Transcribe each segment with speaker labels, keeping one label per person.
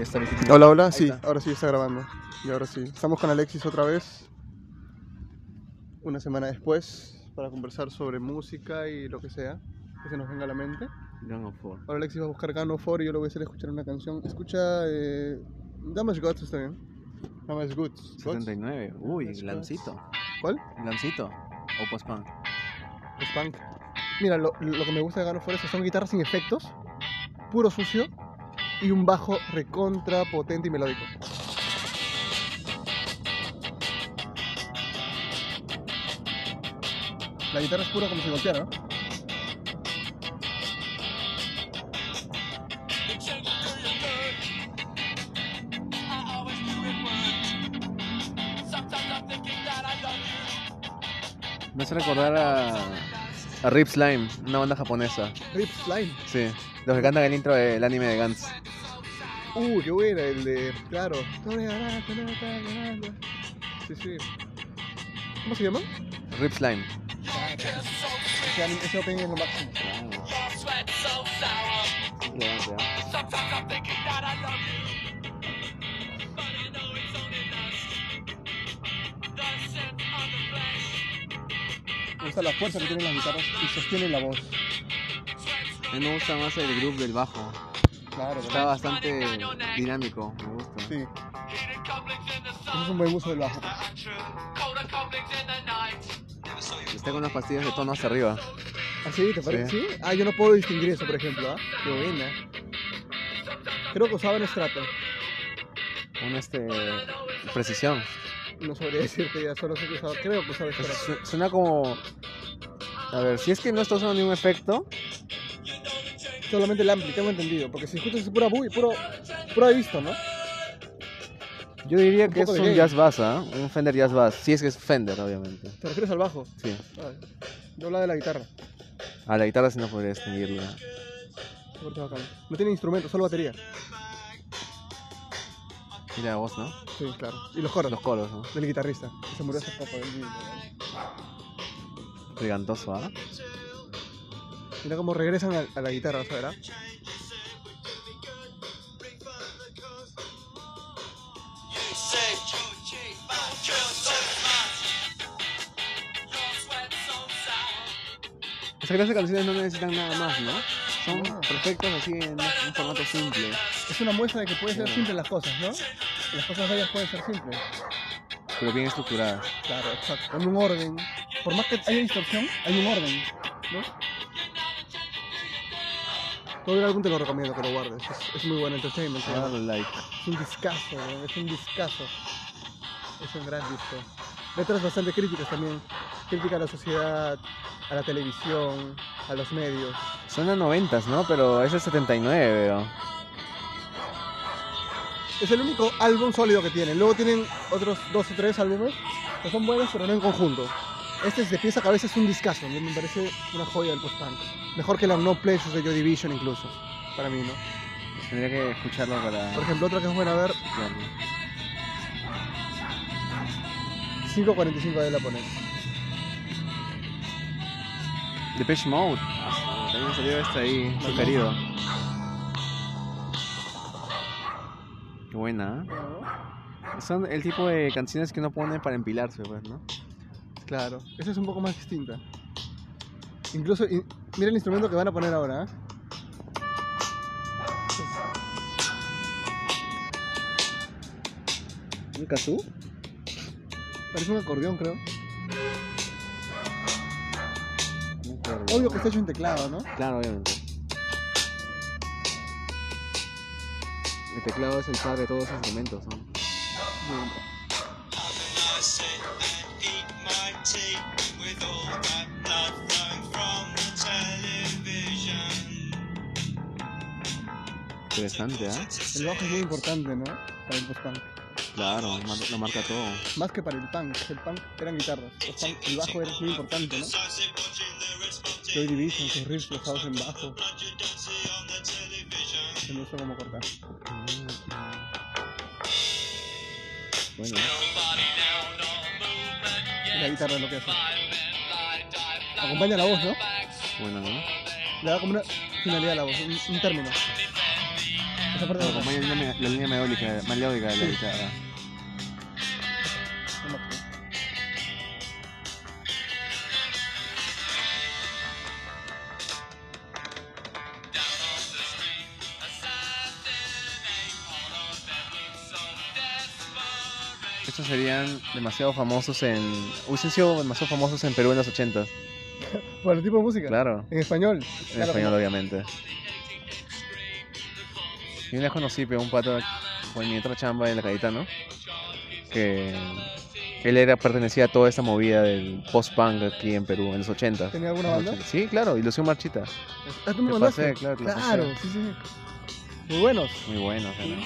Speaker 1: está legítimo.
Speaker 2: Hola, hola,
Speaker 1: Ahí
Speaker 2: sí,
Speaker 1: está.
Speaker 2: ahora sí está grabando. Y ahora sí, estamos con Alexis otra vez, una semana después, para conversar sobre música y lo que sea, que se nos venga a la mente.
Speaker 1: Gang of Four.
Speaker 2: Ahora Alexis va a buscar Gano For y yo lo voy a hacer escuchar una canción. Escucha eh, Damage Gods, está bien. Damage Goods. Gods.
Speaker 1: 79. Uy,
Speaker 2: That's
Speaker 1: Lancito.
Speaker 2: ¿Cuál?
Speaker 1: Lancito. O Postpunk.
Speaker 2: Pues punk. Mira, lo, lo que me gusta de Gano For es que son guitarras sin efectos, puro sucio y un bajo recontra potente y melódico. La guitarra es pura como si golpeara, ¿no?
Speaker 1: Me hace recordar a. A Rip Slime, una banda japonesa.
Speaker 2: Rip Slime.
Speaker 1: Sí. Los que cantan el intro del anime de Gantz.
Speaker 2: Uh, qué buena, el de. Claro. Sí, sí. ¿Cómo se llama?
Speaker 1: Rip Slime.
Speaker 2: Ese, anime- ese opening es lo máximo. Me gusta la fuerza que tienen las guitarras y sostienen la voz.
Speaker 1: A mí me gusta más el groove del bajo.
Speaker 2: Claro,
Speaker 1: Está
Speaker 2: claro.
Speaker 1: bastante dinámico. Me gusta.
Speaker 2: Sí. Ese es un buen uso del bajo.
Speaker 1: Está con unas pastillas de tono hacia arriba.
Speaker 2: ¿Así? ¿Te parece? Sí. Ah, yo no puedo distinguir eso, por ejemplo. ¿ah? Qué buena. Creo que usaban estrato.
Speaker 1: Un este. Precisión.
Speaker 2: No sabría decirte ya, solo sé que usaba. Creo que usaba estrato.
Speaker 1: Su- Suena como. A ver, si es que no está usando ningún efecto,
Speaker 2: Solamente el ampli, tengo entendido. Porque si escuchas es pura bui, puro, puro visto, ¿no?
Speaker 1: yo diría que es
Speaker 2: poco de
Speaker 1: un
Speaker 2: gain.
Speaker 1: jazz bass, ¿ah? Un Fender jazz bass. Si es que es Fender, obviamente.
Speaker 2: ¿Te refieres al bajo?
Speaker 1: Sí.
Speaker 2: Ah, yo hablaba de la guitarra.
Speaker 1: A la guitarra sí no podría distinguirla.
Speaker 2: Corte bacán. No tiene instrumento, solo batería.
Speaker 1: Mira la voz, ¿no?
Speaker 2: Sí, claro. Y los coros
Speaker 1: Los coros, ¿no?
Speaker 2: del guitarrista. que Se murió hace poco. el-
Speaker 1: Gigantoso, ¿ah?
Speaker 2: Mira cómo regresan a, a la guitarra, ¿sabes? ¿Ah? verdad?
Speaker 1: Esa clase de canciones no necesitan nada más, ¿no? Son perfectos así en un formato simple.
Speaker 2: Es una muestra de que pueden ser
Speaker 1: Sí.
Speaker 2: simples las cosas, ¿no? Que Las cosas bellas pueden ser simples.
Speaker 1: Pero bien estructurada.
Speaker 2: Claro, exacto. Con un orden. Por más que haya distorsión, hay un orden, ¿no? Todo el álbum te lo recomiendo que lo guardes. Es, es muy buen entertainment. se llama.
Speaker 1: Dale like.
Speaker 2: Es un discazo, weón, es un discazo. Es un gran disco. Letras bastante críticas también. Crítica a la sociedad, a la televisión, a los medios.
Speaker 1: Suena noventas, ¿no? Pero es el 79, veo.
Speaker 2: Es el único álbum sólido que tienen. Luego tienen otros dos o tres álbumes que son buenos, pero no en conjunto. Este es de pieza a cabeza es un discazo. Me me parece una joya del post-punk. Mejor que la No Pleasures de Joy Division, incluso. Para mí, ¿no?
Speaker 1: Tendría que escucharlo para...
Speaker 2: Por ejemplo, otra que es buena a ver,
Speaker 1: verlo.
Speaker 2: 545 de la pones.
Speaker 1: Depeche Mode. También salió este ahí, sugerido. Qué buena, ¿eh? Son el tipo de canciones que uno pone para empilarse, pues, ¿no?
Speaker 2: Claro, esa es un poco más distinta. Incluso, in- mira el instrumento que van a poner ahora. ¿eh?
Speaker 1: ¿Un kazoo?
Speaker 2: Parece un acordeón, creo. Obvio
Speaker 1: Obvio.
Speaker 2: que está hecho en teclado, ¿no?
Speaker 1: Claro, obviamente. El teclado es el padre de todos esos instrumentos, ¿no? Interesante, ¿ah?
Speaker 2: El bajo es muy importante, ¿no? Para el post-punk.
Speaker 1: Claro, mar- lo marca todo.
Speaker 2: Más que para el punk. El punk eran guitarras. El, punk- el bajo era muy importante, ¿no? Joy Division, sus riffs basados en bajo. Se me gusta cómo cortar.
Speaker 1: Bueno,
Speaker 2: Y la guitarra es lo que hace. Acompaña la voz, ¿no?
Speaker 1: bueno, ¿no?
Speaker 2: Le da como una finalidad a la voz, un, un término. Esa parte de atrás.
Speaker 1: Acompaña la línea- la línea melódica, melódica de la
Speaker 2: Sí.
Speaker 1: guitarra. Estos serían demasiado famosos en. Hubiesen sido demasiado famosos en Perú en los 80.
Speaker 2: Por el tipo de música.
Speaker 1: Claro.
Speaker 2: En español.
Speaker 1: En español, obviamente. Yo les conocí, pero un pato con mi otra chamba en la cadita, ¿no? Que él era, pertenecía a toda esa movida del post-punk aquí en Perú, en los 80.
Speaker 2: ¿Tenía alguna banda?
Speaker 1: Sí, claro, Ilusión Marchita.
Speaker 2: Ah, tú me
Speaker 1: Te
Speaker 2: mandaste.
Speaker 1: pasé, claro, te lo pasé.
Speaker 2: Claro, sí, sí. Muy buenos.
Speaker 1: Muy bueno, claro.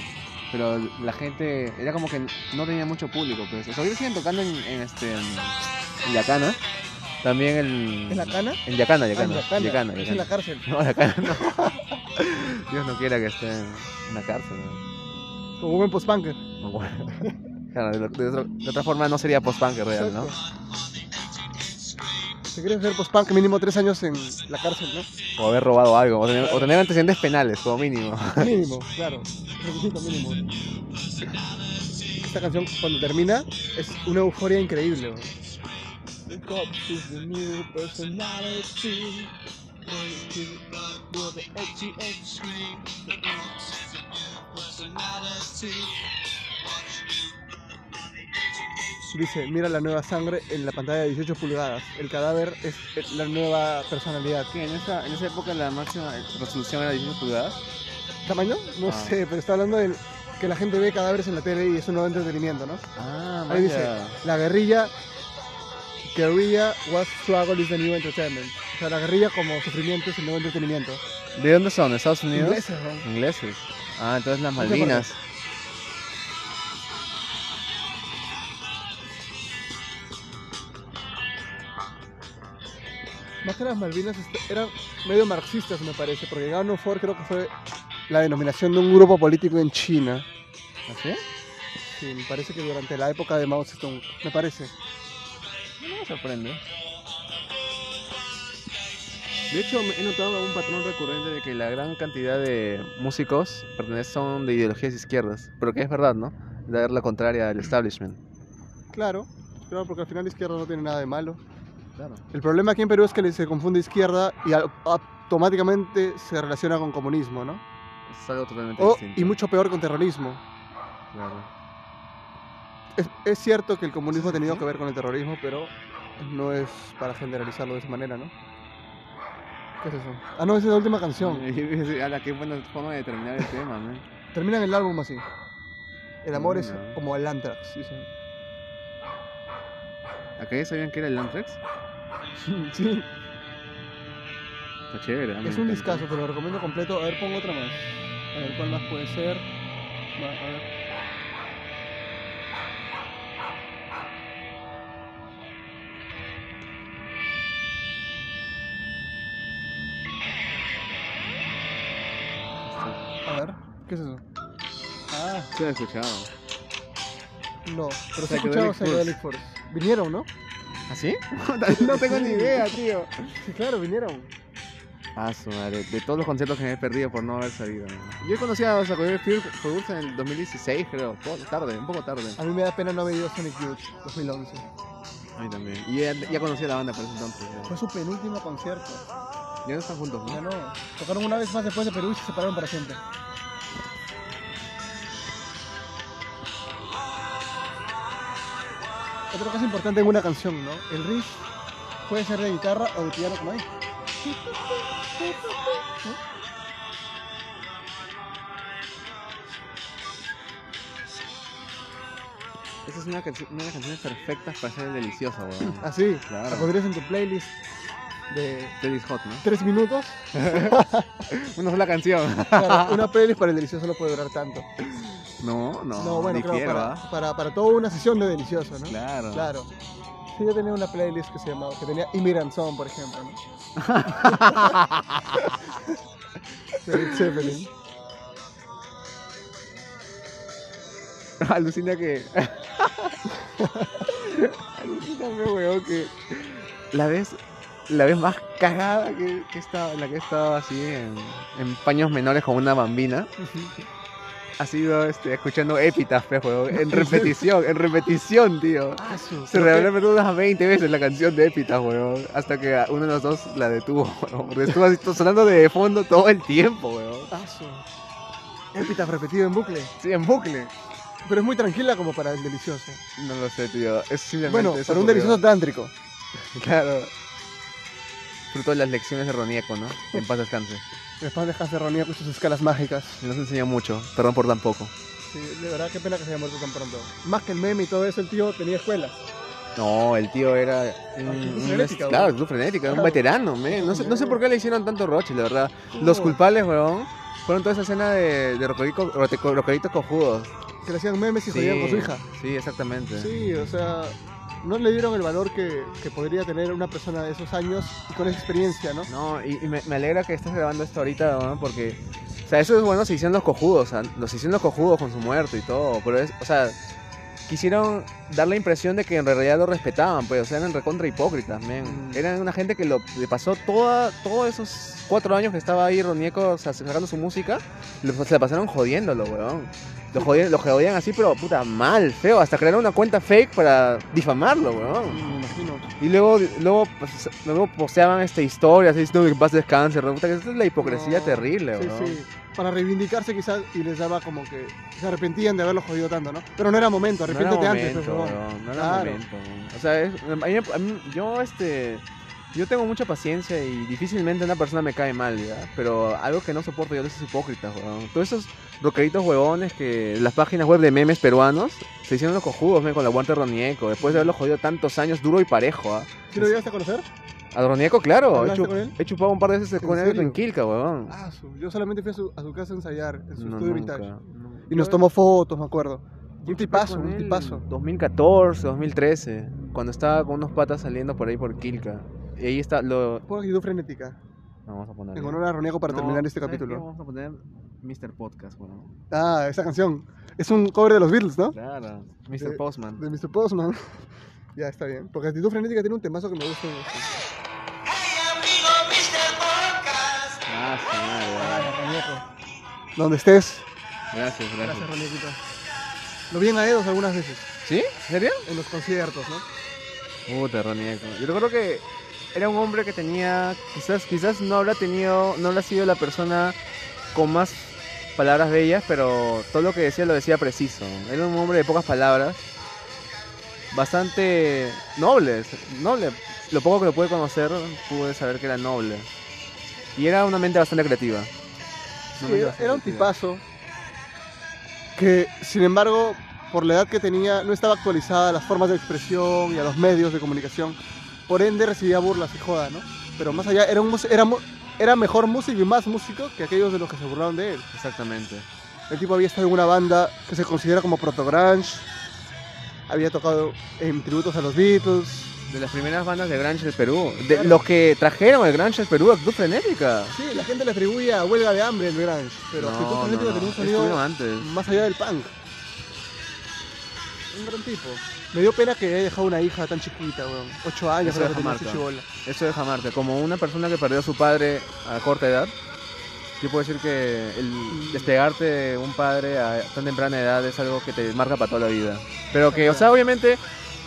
Speaker 1: Pero la gente era como que no tenía mucho público, pues. O sea, hoy siguen tocando en, en este. en- en Yacana. También el.
Speaker 2: ¿En la cana?
Speaker 1: En Yacana,
Speaker 2: Ah, en
Speaker 1: Yacana.
Speaker 2: la cana.
Speaker 1: Yacana,
Speaker 2: Es
Speaker 1: Yacana.
Speaker 2: en la cárcel.
Speaker 1: No, la cárcel no. Dios no quiera que esté en la cárcel. ¿no?
Speaker 2: Como buen post-punk.
Speaker 1: No, bueno. Claro, de, de otro- de otra forma no sería post-punk real, ¿no?
Speaker 2: Si quieres ser post-punk, mínimo tres años en la cárcel, ¿no?
Speaker 1: O haber robado algo, o tener, o tener antecedentes penales, como mínimo.
Speaker 2: Mínimo, claro. Requisito mínimo. Esta canción, cuando termina, es una euforia increíble. bro. The cop is the new personality. Dice, mira la nueva sangre en la pantalla de 18 pulgadas. El cadáver es eh, la nueva personalidad.
Speaker 1: Que en esa, en esa época la máxima resolución era 19 pulgadas.
Speaker 2: ¿Tamaño? No
Speaker 1: Ah.
Speaker 2: sé, pero está hablando de que la gente ve cadáveres en la tele y es un nuevo entretenimiento, ¿no?
Speaker 1: Ah,
Speaker 2: Ahí dice, la guerrilla, guerrilla was struggle is the new entertainment. O sea, la guerrilla como sufrimiento es el nuevo entretenimiento.
Speaker 1: ¿De dónde son? ¿De ¿Estados Unidos?
Speaker 2: Ingleses, ¿no?
Speaker 1: Ingleses. Ah, entonces las
Speaker 2: No sé por
Speaker 1: Malvinas.
Speaker 2: Más que las Malvinas est- eran medio marxistas, me parece, porque Gano Ford creo que fue la denominación de un grupo político en China.
Speaker 1: ¿Así?
Speaker 2: Sí, me parece que durante la época de Mao Zedong, me parece.
Speaker 1: No me sorprende. De hecho, me- he notado un patrón recurrente de que la gran cantidad de músicos pertenecen son de ideologías izquierdas, pero que es verdad, ¿no? Dar la contraria al establishment.
Speaker 2: Claro, claro, porque al final la izquierda no tiene nada de malo.
Speaker 1: Claro.
Speaker 2: El problema aquí en Perú es que se confunde izquierda y au- automáticamente se relaciona con comunismo, ¿no?
Speaker 1: Es algo totalmente
Speaker 2: O,
Speaker 1: distinto.
Speaker 2: y mucho peor con terrorismo.
Speaker 1: Claro.
Speaker 2: Es, es cierto que el comunismo ha tenido que ver con el terrorismo, pero no es para generalizarlo de esa manera, ¿no? ¿Qué es eso? Ah, no, esa es la última canción.
Speaker 1: A la que buena forma de terminar el tema, man.
Speaker 2: Terminan el álbum así. El amor es
Speaker 1: Mira.
Speaker 2: como el Antrax. dicen.
Speaker 1: ¿Acá ya sabían que era el Anthrax?
Speaker 2: Sí,
Speaker 1: Está chévere.
Speaker 2: es un discazo, te lo recomiendo completo. A ver, pongo otra más. A ver, ¿cuál más puede ser? Va, a ver. A ver, ¿qué es eso? Ah,
Speaker 1: Se ha escuchado.
Speaker 2: no, pero sí he
Speaker 1: Psychedelic
Speaker 2: escuchado
Speaker 1: Force.
Speaker 2: Psychedelic Force. Vinieron, ¿no?
Speaker 1: ¿Ah, sí? no tengo ni idea, tío.
Speaker 2: Sí, claro, vinieron.
Speaker 1: Ah, su madre. De todos los conciertos que me he perdido por no haber salido. ¿no? Yo conocí a Sacudero Fear Furburst en el 2016, creo. Poco tarde, un poco tarde.
Speaker 2: A mí me da pena no haber ido a Sonic Youth 2011.
Speaker 1: A mí también. Y ya, ya conocí a la banda por ese entonces.
Speaker 2: Fue
Speaker 1: Ya,
Speaker 2: su penúltimo concierto.
Speaker 1: Ya no están juntos,
Speaker 2: Ya
Speaker 1: ¿no?
Speaker 2: no. Tocaron una vez más después de Perú y se separaron para siempre. Otra cosa importante en una canción, ¿no? El riff puede ser de guitarra o de piano como ahí.
Speaker 1: Esa es una, canci- una de las canciones perfectas para ser deliciosa, weón.
Speaker 2: Así.
Speaker 1: Claro.
Speaker 2: La pondrías en tu playlist de
Speaker 1: Feliz Hot, ¿no?
Speaker 2: 3 minutos.
Speaker 1: Una sola canción.
Speaker 2: Claro, una playlist para el delicioso no puede durar tanto.
Speaker 1: No, no.
Speaker 2: No, bueno,
Speaker 1: ni
Speaker 2: creo
Speaker 1: quiero, ¿ah?
Speaker 2: para, para, para toda una sesión de delicioso, ¿no?
Speaker 1: Claro.
Speaker 2: Claro. Sí, yo tenía una playlist que se llamaba, que tenía Immigrant Song, por ejemplo, ¿no? De Led Zeppelin.
Speaker 1: Alucina que. Alucina, me weón, que. La vez. La vez más cagada que, que estaba, la que estaba así en, en paños menores con una bambina. ha sido este, escuchando Epitaph, pe, huevón, en repetición, en repetición, tío.
Speaker 2: Ah, su-
Speaker 1: Se
Speaker 2: creo que-
Speaker 1: reveló unas 20 veces la canción de Epitaph, huevón, hasta que a- uno de los dos la detuvo, huevón, porque estuvo así, sonando de fondo todo el tiempo, huevón.
Speaker 2: Ah, su- Epitaph repetido en bucle.
Speaker 1: Sí, en bucle.
Speaker 2: Pero es muy tranquila como para el delicioso.
Speaker 1: No lo sé, tío. Es simplemente
Speaker 2: Bueno,
Speaker 1: eso
Speaker 2: para un
Speaker 1: ocurrió.
Speaker 2: delicioso tántrico.
Speaker 1: Claro. Fruto de las lecciones de Ronieco, ¿no? En paz descanse.
Speaker 2: Después dejas de reunir con sus escalas mágicas.
Speaker 1: Nos enseñó mucho. Perdón por tan poco.
Speaker 2: Sí, de verdad, qué pena que se haya muerto tan pronto. Más que el meme y todo eso, el tío tenía escuela.
Speaker 1: No, el tío era. un-
Speaker 2: actitud
Speaker 1: un-
Speaker 2: frenética,
Speaker 1: claro,
Speaker 2: weón.
Speaker 1: actitud frenética,
Speaker 2: Claro.
Speaker 1: un veterano, men. No sé, no sé por qué le hicieron tanto roche, la verdad. Los
Speaker 2: Oh,
Speaker 1: culpables, weón, fueron toda esa escena de, de rocolico- roteco- rocolitos cojudos.
Speaker 2: Que le hacían memes y jodían con su hija.
Speaker 1: Sí, exactamente.
Speaker 2: Sí, o sea, no le dieron el valor que, que podría tener una persona de esos años y con esa experiencia, ¿no?
Speaker 1: No, y, y me, me alegra que estés grabando esto ahorita, weón, porque. O sea, eso es bueno, se hicieron los cojudos, o sea, los hicieron los cojudos con su muerto y todo. Pero es, o sea, quisieron dar la impresión de que en realidad lo respetaban, pues, o sea, eran recontra hipócritas, men.
Speaker 2: Mm.
Speaker 1: Eran una gente que lo, le pasó toda, todos esos cuatro años que estaba ahí Ronieco o sea, sacando su música, lo- se la pasaron jodiéndolo, weón. Lo jodían, lo jodían así, pero puta mal, feo. Hasta crearon una cuenta fake para difamarlo, weón.
Speaker 2: Me imagino.
Speaker 1: Y luego, luego, pues, luego posteaban este, historias, así, no, que paz descanse, resulta que esa es la hipocresía
Speaker 2: No,
Speaker 1: terrible,
Speaker 2: Sí,
Speaker 1: bro.
Speaker 2: sí. Para reivindicarse quizás y les daba como que se arrepentían de haberlo jodido tanto, ¿no? Pero no era momento,
Speaker 1: No era
Speaker 2: arrepiéntete antes, por
Speaker 1: momento,
Speaker 2: favor.
Speaker 1: bro, no era
Speaker 2: Claro.
Speaker 1: momento. O sea, es- a mí- a mí- yo, este, yo tengo mucha paciencia y difícilmente una persona me cae mal, ¿ya? Pero algo que no soporto yo de esos hipócritas, weón. Todos esos rockeritos huevones que las páginas web de memes peruanos se hicieron los cojudos, men, con la guante Ronieco, después de haberlo jodido tantos años duro y parejo, ¿ah?
Speaker 2: ¿Sí lo llegaste a conocer?
Speaker 1: A Ronieco, claro, he,
Speaker 2: ¿Hablaste
Speaker 1: chu-
Speaker 2: con él?
Speaker 1: he chupado un par de veces
Speaker 2: ¿En
Speaker 1: con él
Speaker 2: serio?
Speaker 1: en Quilca, huevón.
Speaker 2: Ah, su- yo solamente fui a su, a su casa a ensayar, en su
Speaker 1: No,
Speaker 2: estudio
Speaker 1: nunca,
Speaker 2: vintage.
Speaker 1: nunca.
Speaker 2: Y nos tomó fotos, me acuerdo.
Speaker 1: Yo
Speaker 2: Un
Speaker 1: fui
Speaker 2: tipazo,
Speaker 1: con
Speaker 2: un
Speaker 1: él
Speaker 2: tipazo.
Speaker 1: 2014, 2013, cuando estaba con unos patas saliendo por ahí por Quilca. Y ahí está lo...
Speaker 2: Fue actitud frenética.
Speaker 1: No, vamos a poner... ¿eh?
Speaker 2: En honor a Roniego para terminar este capítulo.
Speaker 1: Vamos a poner Mr. Podcast, bueno.
Speaker 2: Ah, esa canción. Es un cover de los Beatles, ¿no?
Speaker 1: Claro.
Speaker 2: Eh,
Speaker 1: Mr. Postman.
Speaker 2: De Mr. Postman. ya, está bien. Porque actitud frenética tiene un temazo que me gusta. mucho.
Speaker 1: Ah, su madre,
Speaker 2: Ah, Roniego. Donde estés.
Speaker 1: Gracias, gracias.
Speaker 2: Gracias, Ronieguito. Lo vi en Aedos algunas veces,
Speaker 1: ¿Sí? ¿En serio?
Speaker 2: en los conciertos, ¿no?
Speaker 1: Puta, Ronieco. Yo creo que era un hombre que tenía, quizás, quizás no habrá tenido, no habrá sido la persona con más palabras bellas, pero todo lo que decía lo decía preciso. Era un hombre de pocas palabras, bastante noble, noble. Lo poco que lo pude conocer, pude saber que era noble. Y era una mente bastante creativa. Una
Speaker 2: Sí,
Speaker 1: mente
Speaker 2: era,
Speaker 1: bastante
Speaker 2: era un
Speaker 1: creativa.
Speaker 2: tipazo que, sin embargo, por la edad que tenía, no estaba actualizada a las formas de expresión y a los medios de comunicación. Por ende, recibía burlas y joda, ¿no? Pero más allá, era, un, mus- era, mu- era mejor músico y más músico que aquellos de los que se burlaron de él.
Speaker 1: Exactamente.
Speaker 2: El tipo había estado en una banda que se considera como proto-grunge, había tocado en tributos a los Beatles.
Speaker 1: De las primeras bandas de Grunge del Perú. De
Speaker 2: Claro.
Speaker 1: los que trajeron el Grunge al Perú, Actitud Frenética.
Speaker 2: Sí, la gente le atribuía a huelga de hambre el grunge,
Speaker 1: No,
Speaker 2: pero Actitud
Speaker 1: no,
Speaker 2: Frenética
Speaker 1: no.
Speaker 2: tenía un
Speaker 1: Estuvieron
Speaker 2: sonido
Speaker 1: antes.
Speaker 2: más allá del punk. Un gran tipo. Me dio pena que haya dejado una hija tan chiquita, weón. Ocho años,
Speaker 1: Eso
Speaker 2: creo
Speaker 1: deja
Speaker 2: que tenía
Speaker 1: marca.
Speaker 2: esa chibola.
Speaker 1: Eso de Jamarca, como una persona que perdió a su padre a corta edad, yo puedo decir que el despegarte de un padre a tan temprana edad es algo que te marca para toda la vida. Pero que, o sea, obviamente,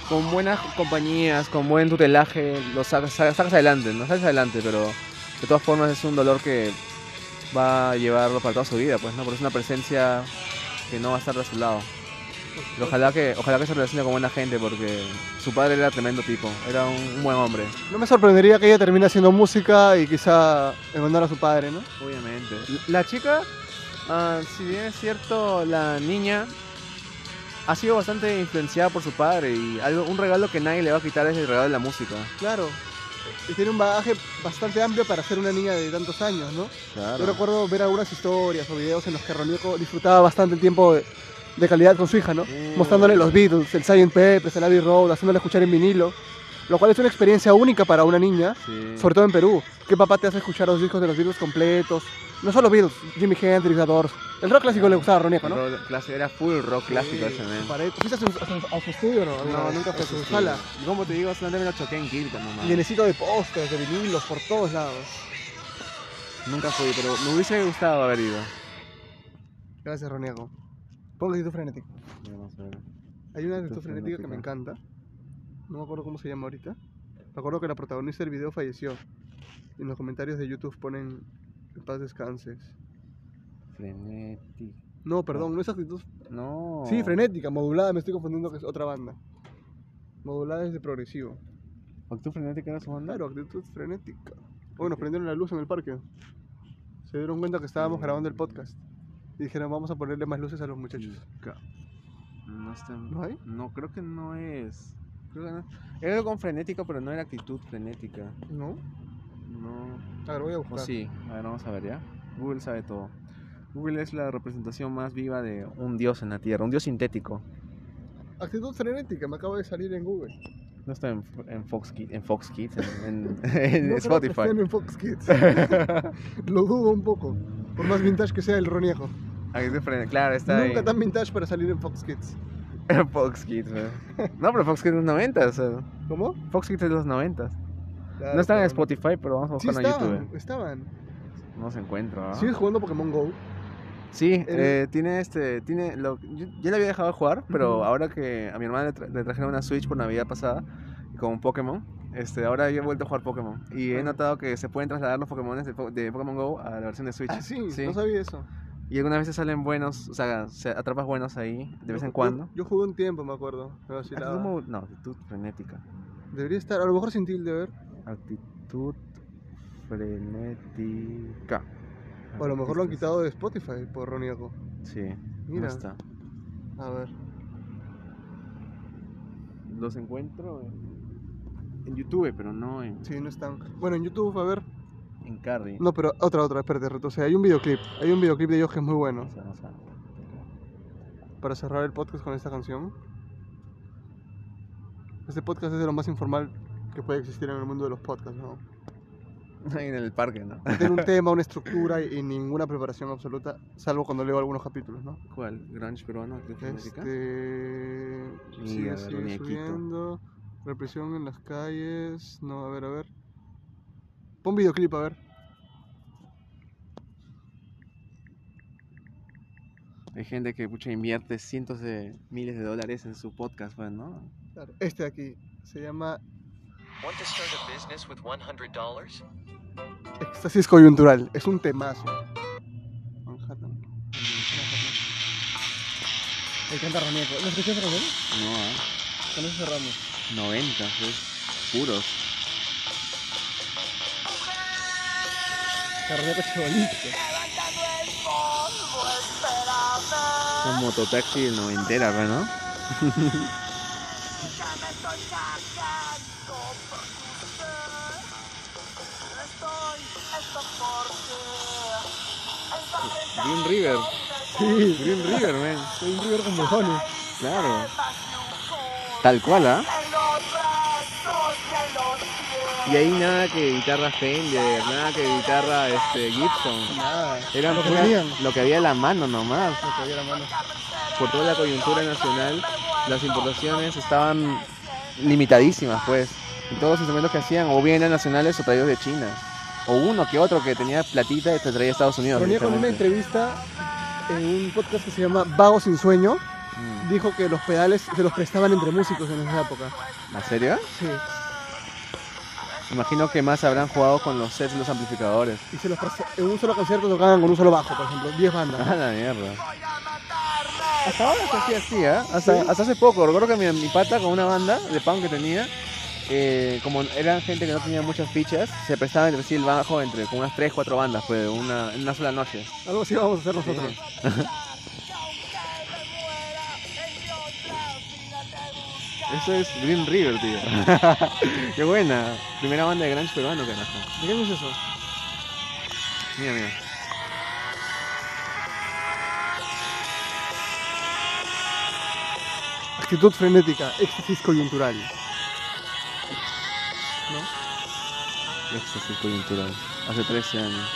Speaker 1: con buenas compañías, con buen tutelaje, lo sacas, sacas sacas adelante, no sacas adelante, pero de todas formas es un dolor que va a llevarlo para toda su vida, pues, ¿no? Porque es una presencia que no va a estar de su lado. Pero Ojalá que, ojalá que se relacione con buena gente, porque su padre era tremendo tipo, era un- un buen hombre.
Speaker 2: No me sorprendería que ella termine haciendo música y quizá en honor a su padre, ¿no?
Speaker 1: Obviamente. La chica, ah, si bien es cierto, la niña ha sido bastante influenciada por su padre y algo, un regalo que nadie le va a quitar es el regalo de la música.
Speaker 2: Claro. Y tiene un bagaje bastante amplio para ser una niña de tantos años, ¿no? Yo recuerdo ver algunas historias o videos en los que Ronieco disfrutaba bastante el tiempo de, de calidad con su hija, ¿no?
Speaker 1: Mm.
Speaker 2: Mostrándole los Beatles, el Sgt. Pepper's, el Abbey Road, haciéndole escuchar en vinilo, lo cual es una experiencia única para una niña,
Speaker 1: Sí.
Speaker 2: sobre todo en Perú. ¿Qué papá te hace escuchar los discos de los Beatles completos? No solo Beatles, Jimi Hendrix, The Doors. El rock clásico le gustaba a Ronieco, ¿no?
Speaker 1: Rock clásico, era full rock clásico ese men.
Speaker 2: Pared- ¿Fuiste a su, a su- a su estudio no?
Speaker 1: No, nunca fue
Speaker 2: a su sala.
Speaker 1: Y como te digo, solamente me lo choqué en Quilca nomás.
Speaker 2: Llenecito de pósters, de vinilos, por todos lados.
Speaker 1: Nunca fui, pero me hubiese gustado haber ido.
Speaker 2: Gracias, Roniego. Pongo actitud frenética.
Speaker 1: Vamos a ver.
Speaker 2: Hay una actitud
Speaker 1: Actitud
Speaker 2: frenética que me
Speaker 1: frenética.
Speaker 2: encanta. No me acuerdo cómo se llama ahorita. Me acuerdo que la protagonista del video falleció. Y en los comentarios de YouTube ponen en paz descanses.
Speaker 1: Frenética.
Speaker 2: No, perdón, no es actitud.
Speaker 1: Ah. No.
Speaker 2: Sí, frenética, modulada, me estoy confundiendo que es otra banda. Modulada es de progresivo.
Speaker 1: ¿Actitud frenética era su banda?
Speaker 2: Claro, actitud frenética. Hoy nos prendieron la luz en el parque. Se dieron cuenta que estábamos
Speaker 1: Mm.
Speaker 2: grabando el podcast. Y dijeron, vamos a ponerle más luces a los muchachos.
Speaker 1: Ca- No está.
Speaker 2: ¿No hay?
Speaker 1: No, creo que no es. Creo que no. Era algo con frenética, pero no era actitud frenética.
Speaker 2: ¿No?
Speaker 1: No.
Speaker 2: A ver, voy a
Speaker 1: O
Speaker 2: buscar.
Speaker 1: sí. A ver, vamos a ver ya. Google sabe todo. Google es la representación más viva de un dios en la tierra, un dios sintético.
Speaker 2: Actitud frenética, me acaba de salir en Google.
Speaker 1: No está en, en Fox Kids, en Fox Kids, en, en- en
Speaker 2: No creo que
Speaker 1: Spotify.
Speaker 2: estén en Fox Kids. Lo dudo un poco. Por más vintage que sea el roniejo.
Speaker 1: Actitud frenética, Ah, claro, está
Speaker 2: Nunca
Speaker 1: ahí.
Speaker 2: tan vintage para salir en Fox Kids.
Speaker 1: En Fox Kids, weón. No, pero Fox Kids es de los 90. o sea,
Speaker 2: ¿Cómo?
Speaker 1: Fox Kids es de los 90.
Speaker 2: Claro,
Speaker 1: No están en
Speaker 2: pero
Speaker 1: Spotify, pero vamos a
Speaker 2: Sí
Speaker 1: buscarlo en
Speaker 2: estaban,
Speaker 1: YouTube.
Speaker 2: estaban.
Speaker 1: No se encuentra. ¿ah?
Speaker 2: ¿Sigues jugando Pokémon GO?
Speaker 1: Sí,
Speaker 2: El-
Speaker 1: eh, tiene este, tiene, lo, yo, yo le había dejado de jugar, pero
Speaker 2: Ujú.
Speaker 1: ahora que a mi hermana le, tra- le trajeron una Switch por Navidad pasada con un Pokémon, este, ahora yo he vuelto a jugar Pokémon y he
Speaker 2: Ah.
Speaker 1: notado que se pueden trasladar los Pokémon de, Po- de Pokémon Go a la versión de Switch.
Speaker 2: Ah, sí, no sabía eso.
Speaker 1: Y algunas veces salen buenos, o sea, se atrapas buenos ahí de vez
Speaker 2: Yo-
Speaker 1: en cuando. Ah,
Speaker 2: Yo, yo jugué un tiempo, me acuerdo. Me vacilaba.
Speaker 1: Actitud mo- no, actitud frenética.
Speaker 2: Debería estar, a lo mejor sin tilde, a ver.
Speaker 1: Actitud frenética.
Speaker 2: O a lo mejor lo han
Speaker 1: Artistas.
Speaker 2: quitado de Spotify por Roniejo.
Speaker 1: Sí, Ah,
Speaker 2: Mira.
Speaker 1: este no está.
Speaker 2: A ver.
Speaker 1: Los encuentro en, en YouTube, pero no en,
Speaker 2: Sí, no están. Bueno, en YouTube, a ver.
Speaker 1: en Carry.
Speaker 2: No, pero otra, otra, espérate, reto. O sea, hay un videoclip. Hay un videoclip de ellos que es muy bueno.
Speaker 1: O sea, o sea,
Speaker 2: para cerrar el podcast con esta canción. Este podcast es de lo más informal que puede existir en el mundo de los podcasts, ¿no?
Speaker 1: ahí en el parque, ¿no?
Speaker 2: No tiene un tema, una estructura y, y ninguna preparación absoluta, salvo cuando leo algunos capítulos, ¿no?
Speaker 1: ¿Cuál? ¿Grunge peruano? ¿Actitud frenética?
Speaker 2: Este...
Speaker 1: Mira,
Speaker 2: Sigue,
Speaker 1: ver,
Speaker 2: sigue
Speaker 1: muñequito.
Speaker 2: subiendo. Represión en las calles. No, a ver, a ver. Pon videoclip, a ver.
Speaker 1: Hay gente que pucha, invierte cientos de miles de dólares en su podcast, pues, ¿no?
Speaker 2: Este de aquí se llama
Speaker 3: Want to start a business with $100?
Speaker 2: Éxtasis coyuntural. Es un temazo. Manhattan. Me encanta Ronieco. ¿Lo escuchas, Ronieco?
Speaker 1: No, ¿ah?
Speaker 2: Con eso cerramos.
Speaker 1: 90, pues, puros.
Speaker 2: Carrera Chavalista.
Speaker 1: Son mototaxi noventera, pues, ¿no? Green River.
Speaker 2: Sí,
Speaker 1: Green River, man.
Speaker 2: soy un River con mojones.
Speaker 1: Claro. Tal cual, ¿ah? Y ahí nada que guitarra Fender, nada que guitarra este, Gibson.
Speaker 2: Nada.
Speaker 1: Era
Speaker 2: lo que
Speaker 1: pura-
Speaker 2: tenían.
Speaker 1: lo que había en la mano nomás.
Speaker 2: Lo que había en la mano.
Speaker 1: Por toda la coyuntura nacional, las importaciones estaban limitadísimas, pues. Y todos los instrumentos que hacían o bien eran nacionales o traídos de China. O uno que otro que tenía platita y te traía a Estados Unidos.
Speaker 2: Ronieco en una
Speaker 1: directamente.
Speaker 2: entrevista en un podcast que se llama Vago sin sueño
Speaker 1: Mm.
Speaker 2: dijo que los pedales se los prestaban entre músicos en esa época.
Speaker 1: Mm. ¿En serio?
Speaker 2: Sí.
Speaker 1: Imagino que más habrán jugado con los sets de los amplificadores.
Speaker 2: Y se los presta- en un solo concierto tocaban con un solo bajo, por ejemplo, 10 bandas.
Speaker 1: Ah, la mierda. Hasta ahora se hacía así, ¿eh? Hasta,
Speaker 2: Sí.
Speaker 1: hasta hace poco. Recuerdo que mi, mi pata con una banda de punk que tenía, eh, como eran gente que no tenía muchas fichas, se prestaban entre sí el bajo entre como unas 3, 4 bandas, pues, una, en una sola noche.
Speaker 2: Algo así vamos a hacer
Speaker 1: Sí.
Speaker 2: nosotros.
Speaker 1: Eso es Green River, tío. Qué buena. Primera banda de grunge peruano, carajo.
Speaker 2: ¿De qué año es eso?
Speaker 1: Mira, mira.
Speaker 2: Actitud frenética, éxtasis coyuntural.
Speaker 1: Éxtasis coyuntural. Hace 13 años.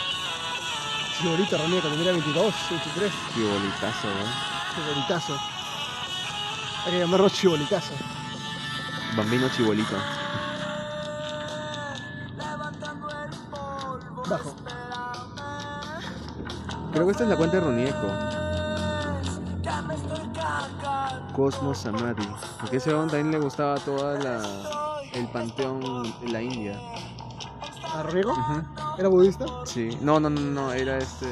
Speaker 2: Sí, ahorita Ronieco tendría 22, 23.
Speaker 1: Qué bolitazo, ¿eh?
Speaker 2: Chibolitazo. Hay que llamarlo chibolitazo.
Speaker 1: Bambino chibolito.
Speaker 2: Bajo.
Speaker 1: Creo que esta es la cuenta de Ronieco. Cosmos Samadhi. Porque ese hombre también le gustaba toda la el panteón en la India.
Speaker 2: ¿A Rodrigo? ¿Era budista?
Speaker 1: Sí. No, no, no, no, era este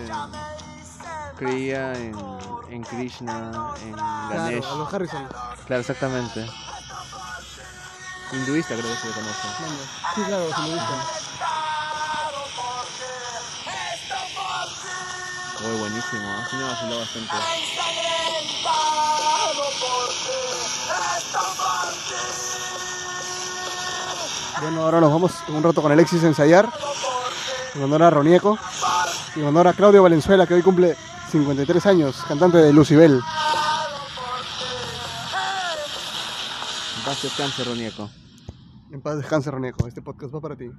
Speaker 1: creía en, en Krishna, en Ganesh.
Speaker 2: Claro, a los Harrison.
Speaker 1: Claro, exactamente. Hinduista creo que se le conoce.
Speaker 2: Mano. Sí, claro, los budistas.
Speaker 1: Uy, buenísimo, ¿eh? sí me vaciló bastante.
Speaker 2: Bueno, ahora nos vamos un rato con Alexis a ensayar. En honor a Ronieco. En honor a Claudio Valenzuela, que hoy cumple 53 años, cantante de Lucibel.
Speaker 1: Gracias, cáncer, Ronieco.
Speaker 2: En paz descanse, Ronieco. Este podcast va para ti.